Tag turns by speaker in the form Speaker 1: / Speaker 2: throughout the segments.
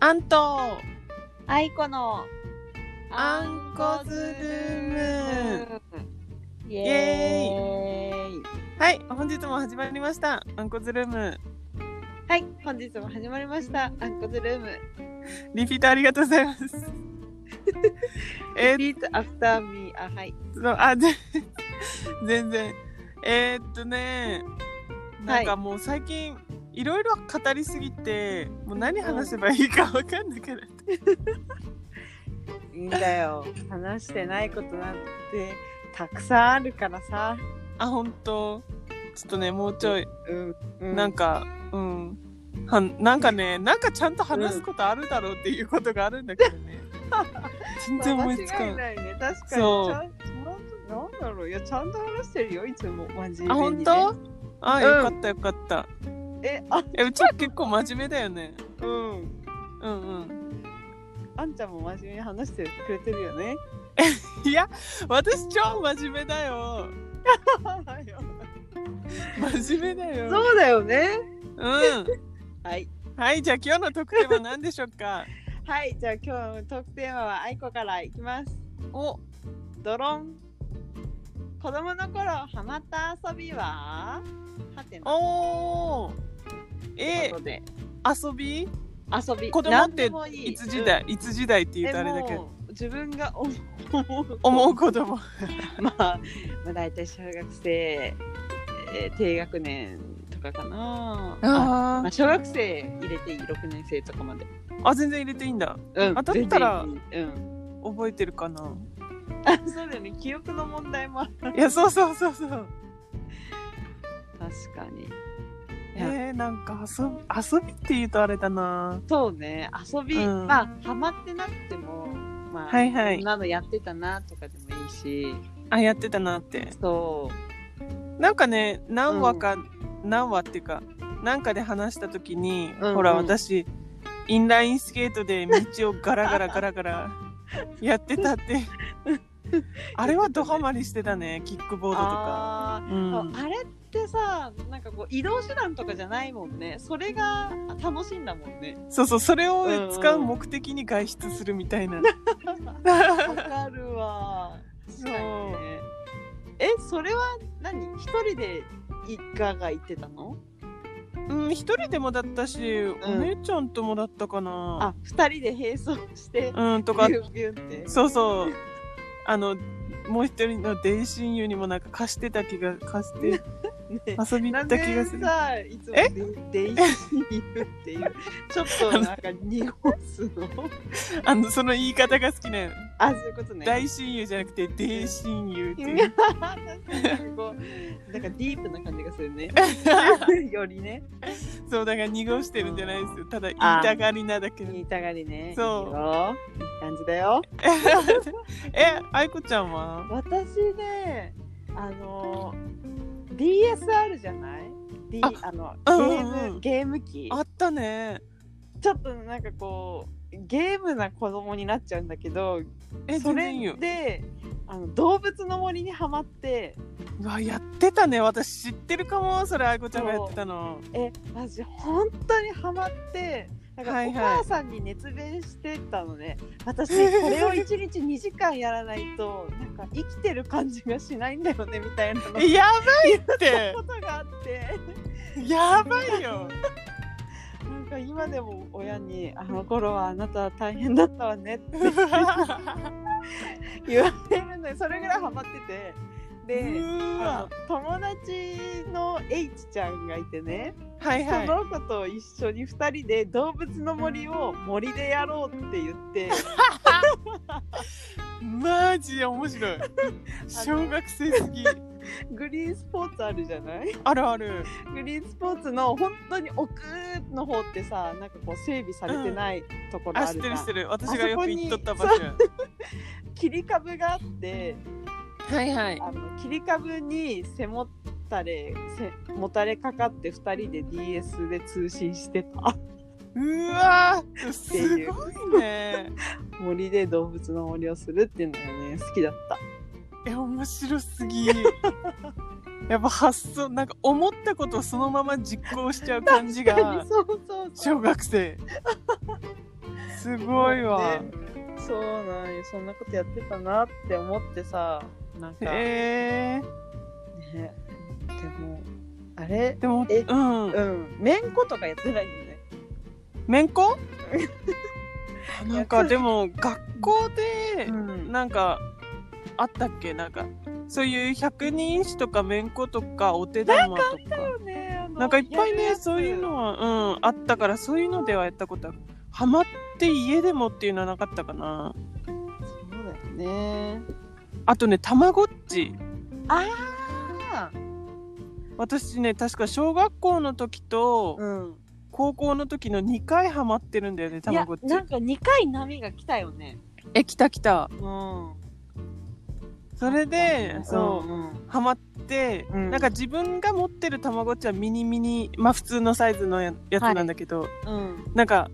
Speaker 1: アント
Speaker 2: あいこの
Speaker 1: あんこズルー
Speaker 2: ムイエーイ
Speaker 1: はい本日も始まりましたあんこズルーム
Speaker 2: はい本日も始まりましたあんこズルーム
Speaker 1: リピートありがとうござい ますえーっ
Speaker 2: リートアフターミーあはい
Speaker 1: とあぜ全然えーっとねなんかもう最近、い、ろいろ語りすぎてもう何話せばいいかわかんなくなって
Speaker 2: いいんだよ話してないことなんてたくさんあるからさ
Speaker 1: あ本当ちょっとねもうちょい、
Speaker 2: うん、うん、
Speaker 1: なんかうんはなんかねなんかちゃんと話すことあるだろうっていうことがあるんだけど ね全然思いつか
Speaker 2: まあ
Speaker 1: ん
Speaker 2: 間違いないね確かに
Speaker 1: そう
Speaker 2: ちゃんちゃんとなんだろういやちゃんと話してるよいつも真面目に、ね、
Speaker 1: あ本当あ、
Speaker 2: うん
Speaker 1: よかったよかった
Speaker 2: えあ
Speaker 1: えうちは結構真面目だよね
Speaker 2: うん
Speaker 1: うんうん
Speaker 2: あんちゃんも真面目に話してくれてるよ ね。
Speaker 1: いや私超真面目だよ真面目だよ
Speaker 2: そうだよね。
Speaker 1: うん
Speaker 2: はい。
Speaker 1: はいじゃあ今日の特典は何でしょうか
Speaker 2: はい、じゃあ今日のトークテーマは愛子からいきます。
Speaker 1: お
Speaker 2: ドロン。子供の頃ハマった遊びははてな。
Speaker 1: おーえ
Speaker 2: ということで
Speaker 1: 遊び
Speaker 2: 遊び。
Speaker 1: 子供って
Speaker 2: 何でもい
Speaker 1: いつ時代、いつ時代って
Speaker 2: うん
Speaker 1: 言うとあれだけ
Speaker 2: え
Speaker 1: ど
Speaker 2: もう自分が思う。
Speaker 1: 思う子供
Speaker 2: まあ、まあ、大体小学生、えー低学年とかかな。
Speaker 1: あ
Speaker 2: まあ、小学生入れていい6年生とかまで。
Speaker 1: あ全然入れていいんだ
Speaker 2: うん、
Speaker 1: あだったら
Speaker 2: 全然いいうん、
Speaker 1: 覚えてるかな
Speaker 2: あそうだよね記憶の問題もある
Speaker 1: いやそうそうそうそう
Speaker 2: 確かにいや
Speaker 1: えー、なんか遊び遊びって言うとあれだな
Speaker 2: そうね遊び、
Speaker 1: うん
Speaker 2: まあハマってなくてもまあ、
Speaker 1: はいはい
Speaker 2: こんなのやってたなとかでもいいし
Speaker 1: あやってたなって
Speaker 2: そう
Speaker 1: なんかね何話か、何話っていうかなんかで話した時に、
Speaker 2: うんうん
Speaker 1: ほら私インラインスケートで道をガラガラガラガ ラやってたってあれはドハマりしてたねキックボードとか
Speaker 2: あ
Speaker 1: う
Speaker 2: ー、
Speaker 1: ん、
Speaker 2: そうあれってさなんかこう移動手段とかじゃないもんねそれが楽しいんだもん ね
Speaker 1: そうそうそれを使う
Speaker 2: うんうん
Speaker 1: 目的に外出するみたいな、
Speaker 2: わかるわ確かにねえそれは何一人で一家が行ってたの
Speaker 1: うん一人でもだったし、
Speaker 2: ん
Speaker 1: お姉ちゃんともだったかな
Speaker 2: あ二人で並走して
Speaker 1: うんと
Speaker 2: ビュ
Speaker 1: か
Speaker 2: ンビュンって
Speaker 1: そうそう。あの、もう一人の電信友にもなんか貸してた気が、貸して、
Speaker 2: ね
Speaker 1: 遊びに行
Speaker 2: な
Speaker 1: っ
Speaker 2: ん
Speaker 1: た
Speaker 2: で
Speaker 1: 気がする。
Speaker 2: さいつも
Speaker 1: え
Speaker 2: デイシーっていうちょっとなんか濁すの
Speaker 1: あの、その言い方が好きね。
Speaker 2: あそういうことね
Speaker 1: 大親友じゃなくて、電信友って
Speaker 2: 確
Speaker 1: いう。
Speaker 2: かになんかこうなんかディープな感じがする ねよりね
Speaker 1: そう、だから濁してるんじゃないですよ。ただ、言い
Speaker 2: あ
Speaker 1: たがりなだけ。
Speaker 2: 言いたがりね
Speaker 1: そう
Speaker 2: いいよいい感じだよ
Speaker 1: え、愛子ちゃんは
Speaker 2: 私ねあの DSR じゃない D
Speaker 1: あ
Speaker 2: あのゲ
Speaker 1: うん
Speaker 2: ーム、
Speaker 1: うん
Speaker 2: ゲーム機
Speaker 1: あったね。
Speaker 2: ちょっとなんかこうゲームな子供になっちゃうんだけど
Speaker 1: え、
Speaker 2: そ
Speaker 1: 全
Speaker 2: れ
Speaker 1: 然いいよ。
Speaker 2: であの動物の森にハマって
Speaker 1: うわ、やってたね。私知ってるかも。それ、愛子ちゃんがやってたの。
Speaker 2: え私本当にハマってなんか
Speaker 1: はい
Speaker 2: お
Speaker 1: はい
Speaker 2: 母さんに熱弁してたのね、私これを1日2時間やらないとなんか生きてる感じがしないんだよねみたいなの
Speaker 1: えやばい って
Speaker 2: ことがあって
Speaker 1: やばい よ
Speaker 2: なんか今でも親に「あの頃はあなたは大変だったわね」って 言われるのにそれぐらいハマってて
Speaker 1: う
Speaker 2: で
Speaker 1: ーわ
Speaker 2: あの友達の H ちゃんがいてね
Speaker 1: はいはい
Speaker 2: その子と一緒に2人で動物の森を森でやろうって言って
Speaker 1: マジ面 白い小学生好き
Speaker 2: グリーンスポーツあるじゃない
Speaker 1: あるある
Speaker 2: グリーンスポーツの本当に奥の方ってさなんかこう整備されてないところ
Speaker 1: あ
Speaker 2: あ
Speaker 1: 知っ
Speaker 2: る
Speaker 1: て
Speaker 2: じ
Speaker 1: る
Speaker 2: ゃん、
Speaker 1: 知ってる私がよく行っとった場
Speaker 2: あ
Speaker 1: 所
Speaker 2: そ切り株があって
Speaker 1: はいはい
Speaker 2: あの切り株に背もたれせもたれかかって2人で DS で通信してた
Speaker 1: うわー
Speaker 2: て
Speaker 1: す
Speaker 2: いう
Speaker 1: ごいね
Speaker 2: 森で動物の森をするっていうのがね好きだった
Speaker 1: え面白すぎやっぱ発想なんか思ったこと をそのまま実行しちゃう感じ
Speaker 2: 確か
Speaker 1: が
Speaker 2: にそうそうそう
Speaker 1: 小学生すごいわ。
Speaker 2: ねそうなんよそんなことやってたなって思ってさなんか、
Speaker 1: えー、
Speaker 2: ねでもあれ
Speaker 1: でも、
Speaker 2: え
Speaker 1: うん
Speaker 2: う。んめんことかやってないよね
Speaker 1: めん こなんかでも学校で
Speaker 2: ん
Speaker 1: なんかあったっけなんかそういう百人一首とかめんことかお手玉とかなんかいっぱいねそういうのは、うん、あったからそういうのではやったことはハマって家でもっていうのはなかったかな
Speaker 2: そうだよね
Speaker 1: あとねたまごっち
Speaker 2: ああ
Speaker 1: 私ね確か小学校の時と
Speaker 2: うん
Speaker 1: 高校の時の2回ハマってるんだよねた
Speaker 2: い
Speaker 1: ま
Speaker 2: や
Speaker 1: ごっち
Speaker 2: なんか2回波が来たよね
Speaker 1: え来た来た
Speaker 2: うん
Speaker 1: それでそう、
Speaker 2: うん
Speaker 1: ハマって、
Speaker 2: うん
Speaker 1: なんか自分が持ってるたまごっちはミニミニまあ普通のサイズのややつなんだけど、
Speaker 2: うん
Speaker 1: なんか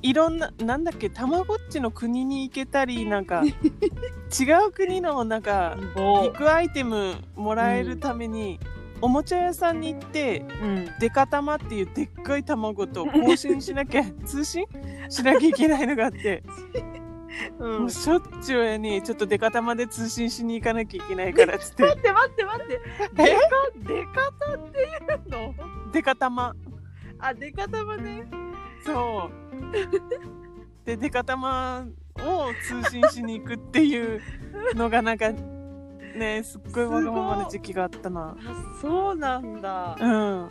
Speaker 1: いろんななんだっけたまごっちの国に行けたりなんか違う国のなんか肉アイテムもらえるために、おもちゃ屋さんに行って
Speaker 2: うん
Speaker 1: デカ玉っていうでっかい卵と更新しなきゃ通信しなきゃいけないのがあって、
Speaker 2: う
Speaker 1: も
Speaker 2: ん
Speaker 1: うしょっちゅうやにちょっとデカ玉で通信しに行かなきゃいけないからっつって
Speaker 2: 待って待って待って
Speaker 1: え
Speaker 2: デカデカタっていうの
Speaker 1: デカ玉
Speaker 2: あデカタまね
Speaker 1: そうで出方マを通信しに行くっていうのがなんか ねすっごいわがままな時期があったな
Speaker 2: あそうなんだ
Speaker 1: うん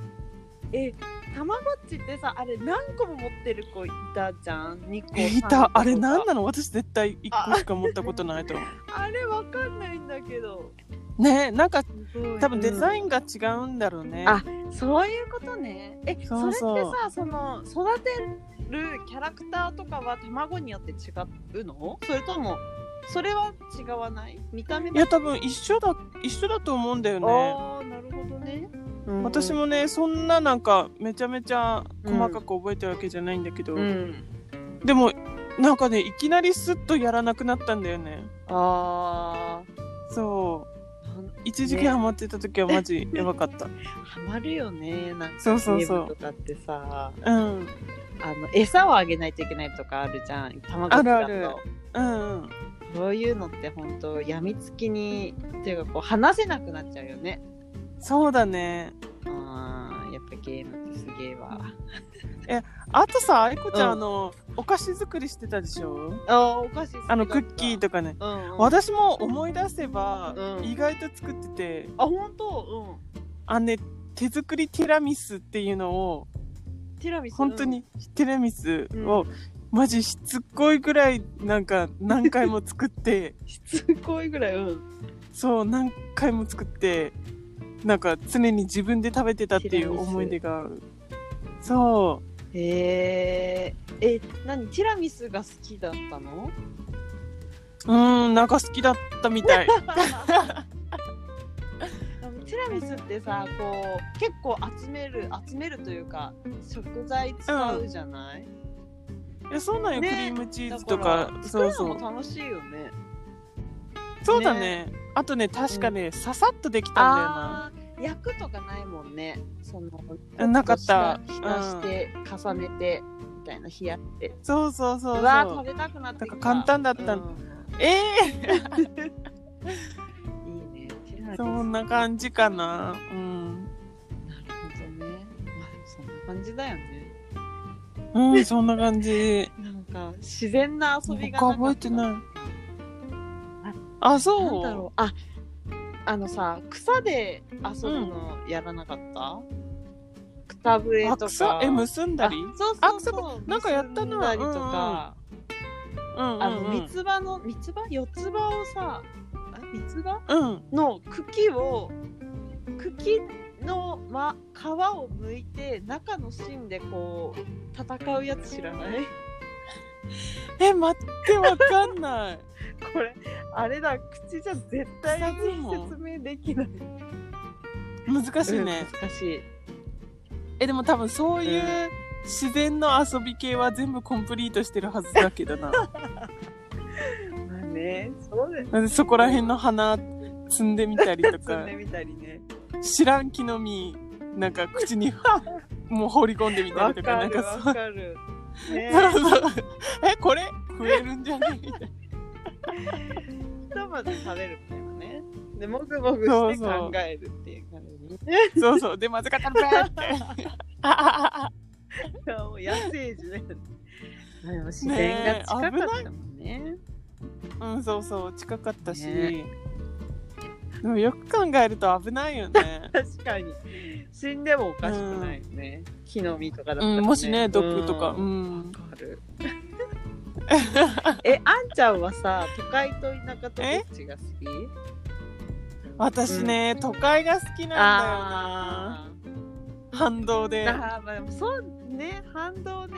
Speaker 2: えたまごっちってさあれ何個も持ってる子いたじゃん2個
Speaker 1: えい
Speaker 2: 三個
Speaker 1: た
Speaker 2: とか
Speaker 1: あれ何なの私絶対1個しか持ったことないと思
Speaker 2: あれわかんないんだけど
Speaker 1: う ねなんか多
Speaker 2: 多
Speaker 1: 分デザインが違うんだろうね、
Speaker 2: あそういうことねえ
Speaker 1: そ
Speaker 2: そう
Speaker 1: そう
Speaker 2: れってさその育てるキャラクターとかは卵によって違うのそれともそれは違わない見た目
Speaker 1: いや多分一緒だ一緒だと思うんだよね
Speaker 2: ああなるほどね、
Speaker 1: 私
Speaker 2: も
Speaker 1: もねそんななんかめちゃめちゃ細かく覚えてるわけじゃないんだけど、
Speaker 2: うん
Speaker 1: でもなんかねいきなりスッとやらなくなったんだよね
Speaker 2: あ
Speaker 1: そう
Speaker 2: ーなん
Speaker 1: 一時期
Speaker 2: ね
Speaker 1: ハマってた 時はマジやばかった。
Speaker 2: ハマるよねなんか
Speaker 1: そうそうそう
Speaker 2: ゲームとかってさ
Speaker 1: うん。
Speaker 2: あの餌をあげないといけないとかあるじゃん卵とか
Speaker 1: あ
Speaker 2: と
Speaker 1: るあるうんうん。
Speaker 2: そういうのって本当やみつきにっていうかこう話せなくなっちゃうよね
Speaker 1: そうだね。
Speaker 2: あーやっぱゲームってすげえわ
Speaker 1: あとさ、愛子ちゃん、
Speaker 2: うん
Speaker 1: あの、お菓子作りしてたでしょ
Speaker 2: あーお菓子好きだった
Speaker 1: あの、クッキーとかね。
Speaker 2: うんうん、
Speaker 1: 私も思い出せば、
Speaker 2: うん
Speaker 1: 意外と作ってて、
Speaker 2: あ本当
Speaker 1: あのね、手作りティラミスっていうのを、
Speaker 2: うんティラミス
Speaker 1: 本当、にティラミスを、マジしつこいぐらい、なんか、何回も作って、
Speaker 2: うんしつこいぐらいうん
Speaker 1: そう、何回も作って、なんか、常に自分で食べてたっていう思い出がある。そう。
Speaker 2: へええ何ティラミスが好きだったの
Speaker 1: うーん、なんか好きだったみ たい。
Speaker 2: あのティラミスってさこう結構集める集めるというか食材使うじゃない、
Speaker 1: え、そうなんよ、
Speaker 2: ね
Speaker 1: クリームチー
Speaker 2: だ
Speaker 1: ズ
Speaker 2: か、
Speaker 1: とからそう
Speaker 2: 作るの
Speaker 1: そう。
Speaker 2: も楽しいよね
Speaker 1: そうだね。あとね、確かね、ささっとできたんだよな。
Speaker 2: あー焼くとかないもんねその
Speaker 1: あなかった
Speaker 2: ひたして、重ねてみたいな冷やって
Speaker 1: そうそうそううそ
Speaker 2: わー食
Speaker 1: う。
Speaker 2: べたくなってきた
Speaker 1: なんか簡単だった
Speaker 2: うん
Speaker 1: えー、
Speaker 2: いいねティラミス
Speaker 1: そん
Speaker 2: なる
Speaker 1: な感じかな。うん。
Speaker 2: ほどねまあそんな感じだよね
Speaker 1: うん、そんな感 じ。
Speaker 2: なんか自然な遊びが
Speaker 1: 他覚えてないい。あ、
Speaker 2: なんだ
Speaker 1: そ
Speaker 2: ろうああのさ草で遊ぶのやらなかった、くたぶ
Speaker 1: う。
Speaker 2: え
Speaker 1: あ、
Speaker 2: と
Speaker 1: 草
Speaker 2: か
Speaker 1: え、結んだり。
Speaker 2: あそう
Speaker 1: あ
Speaker 2: そう
Speaker 1: 草
Speaker 2: そう
Speaker 1: なんかやったな
Speaker 2: 結んだりとか、
Speaker 1: うんう
Speaker 2: あの
Speaker 1: んうん
Speaker 2: 三。つ葉の三つ葉四つ葉をさあ三つ葉
Speaker 1: うん。
Speaker 2: の茎を茎の、ま、皮を剥いて中の芯でこう戦うやつ知らない
Speaker 1: え、待って、わかんない。
Speaker 2: これあれだ口じゃ絶対に
Speaker 1: 草雲
Speaker 2: 説明できない
Speaker 1: 難しいね。
Speaker 2: 難しい
Speaker 1: えでも多分そういうう自然の遊び系は全部コンプリートしてるはずだけど な
Speaker 2: まあねそうです
Speaker 1: なんでそこら辺の花摘んでみたりと
Speaker 2: 積ん
Speaker 1: か
Speaker 2: でみたりね
Speaker 1: 知らん木の実なんか口にもう放り込んでみた
Speaker 2: わ
Speaker 1: りとかな
Speaker 2: か
Speaker 1: ん
Speaker 2: る
Speaker 1: か
Speaker 2: わ
Speaker 1: そう
Speaker 2: かるね
Speaker 1: そうそう えこれ増えるんじゃないみたいな
Speaker 2: 一晩で食べるみたいなねでもぐもぐして考えるっていう感じ
Speaker 1: そうそうでまずかったらって
Speaker 2: いやもう野生児だよねでも自然が近かったもんね
Speaker 1: うんそうそう近かったし、
Speaker 2: ね
Speaker 1: でもよく考えると危ない よね
Speaker 2: 確かに死んでもおかしくないよね、木の実とかだったら、
Speaker 1: うんもしね毒とかう
Speaker 2: うん
Speaker 1: ん
Speaker 2: わかる えあんちゃんはさ都会と田舎とどっちが好き
Speaker 1: 私ね、都会が好きなんだよな
Speaker 2: あ
Speaker 1: 反動
Speaker 2: ー
Speaker 1: で
Speaker 2: あーまあでもそうね反動ねわかる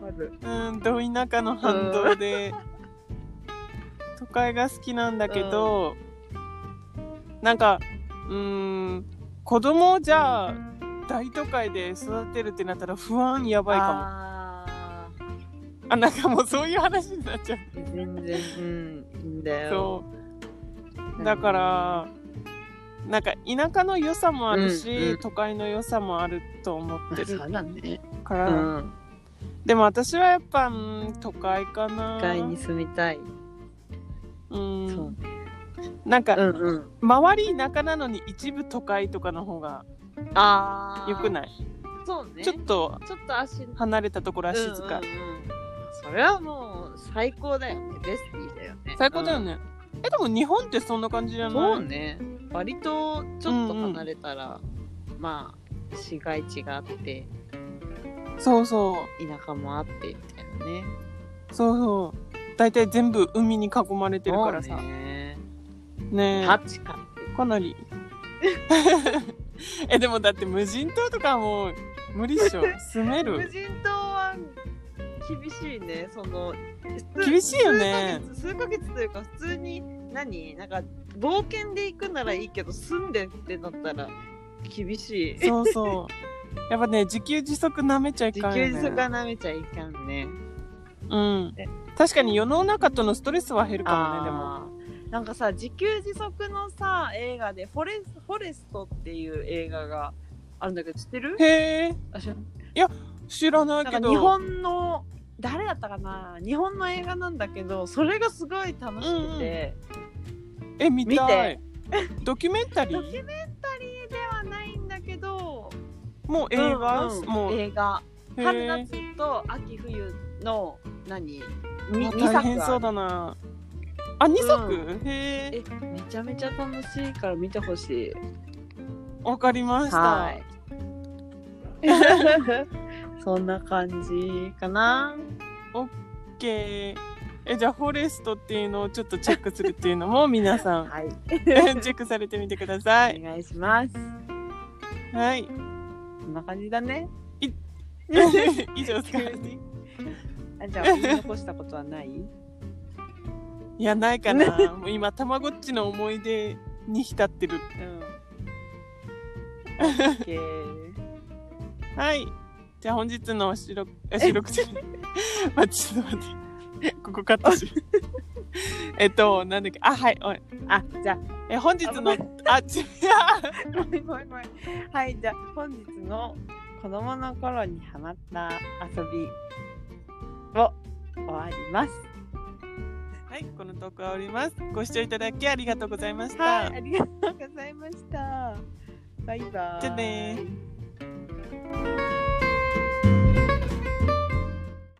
Speaker 2: わかる
Speaker 1: うんど田舎の反動で都会が好きなんだけど、なんかうーん子供をじゃあ大都会で育てるってなったら不安やばいかもあ
Speaker 2: あー
Speaker 1: なんかもうそういう話になっちゃう
Speaker 2: 全然うんいいんだよ
Speaker 1: そうだから、なんか田舎の良さもあるし、
Speaker 2: うんうん
Speaker 1: 都会の良さもあると思
Speaker 2: う
Speaker 1: っ
Speaker 2: ん
Speaker 1: て
Speaker 2: そ
Speaker 1: る
Speaker 2: うだね
Speaker 1: から、
Speaker 2: うん
Speaker 1: でも私はやっぱ、うん、都会かな
Speaker 2: 都会に住みたい
Speaker 1: うん
Speaker 2: そう
Speaker 1: なんか、
Speaker 2: うんうん
Speaker 1: 周り田舎なのに一部都会とかの方が
Speaker 2: ああ
Speaker 1: 良くないい
Speaker 2: そうね
Speaker 1: ちょっと
Speaker 2: ちょっと足の
Speaker 1: 離れたところは静か、
Speaker 2: うんうんうんそれはもう最高だよねベスティだよね
Speaker 1: 最高だよ、ね、えでも日本ってそんな感じじ
Speaker 2: う
Speaker 1: ゃ
Speaker 2: ん
Speaker 1: ない
Speaker 2: そうね割とちょっと離れたら、まあ市街地があって
Speaker 1: そうそ
Speaker 2: 田舎もあってみたいなね
Speaker 1: うそうそう大体全部海に囲まれてるから
Speaker 2: そ
Speaker 1: さ
Speaker 2: うね
Speaker 1: ねえ
Speaker 2: 確か
Speaker 1: かな りえでもだって無人島とかもう無理っしょ住め
Speaker 2: に無
Speaker 1: る
Speaker 2: 人島は厳しいねその
Speaker 1: 厳しいよね
Speaker 2: 数ヶ月数ヶ月というか普通に何なんか冒険で行くならいいけど住んでってなったら厳しい
Speaker 1: そうそうやっぱね自給自足なめちゃい
Speaker 2: 自
Speaker 1: かんよ、
Speaker 2: 給
Speaker 1: ね、
Speaker 2: 自足がなめちゃいかんね。
Speaker 1: うん確かに世の中とのストレスは減るかもねでも
Speaker 2: あーなんかさ自給自足のさ映画でフォレ「フォレスト」っていう映画があるんだけど知ってる
Speaker 1: へえ
Speaker 2: あ知らない
Speaker 1: 知らない
Speaker 2: な
Speaker 1: け
Speaker 2: んか
Speaker 1: ど
Speaker 2: 日本の誰だったかな日本の映画なんだけどそれがすごい楽しくて、
Speaker 1: え見たいドキュメンタリ
Speaker 2: ド
Speaker 1: ー
Speaker 2: キュメンタリーではないんだけど
Speaker 1: もう映画、
Speaker 2: うんうん
Speaker 1: もうへ
Speaker 2: 映画
Speaker 1: え
Speaker 2: 春夏と秋冬の何
Speaker 1: あ
Speaker 2: 2作
Speaker 1: 大変そうだなあ二作、へえ
Speaker 2: えめちゃめちゃ楽しいから見てほしい。
Speaker 1: わかりました、
Speaker 2: はい。 そんな感じかな。
Speaker 1: オッケーえじゃあフォレストっていうのをちょっとチェックするっていうの も皆さん
Speaker 2: はい。
Speaker 1: チェックされてみてください
Speaker 2: お願いします。
Speaker 1: はい
Speaker 2: こんな感じだね。
Speaker 1: 以上ですかい
Speaker 2: あじゃあ、思い残したことはない
Speaker 1: やない かなもう今たまごっちの思い出に浸ってる
Speaker 2: うん。OK。
Speaker 1: はいじゃあ本日の収録え収録中まあちょっと 待ってここカットし えっとなんだっけあはいおい
Speaker 2: あ、じゃあ、
Speaker 1: え本日のあ ち
Speaker 2: ごめんごめんごめん。はい、じゃあ、本日の子供の頃にハマった遊びを終わります。
Speaker 1: はいこのトークは終わりますご視聴いただきありがとうございました、
Speaker 2: はい、ありがとうございました。バイバイ。
Speaker 1: じゃあねー